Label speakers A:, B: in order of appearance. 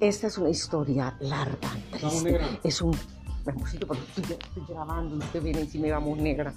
A: Esta es una historia larga, triste.
B: negra.
A: Es un... Amorcito, porque estoy, estoy grabando, usted viene encima y vamos negra.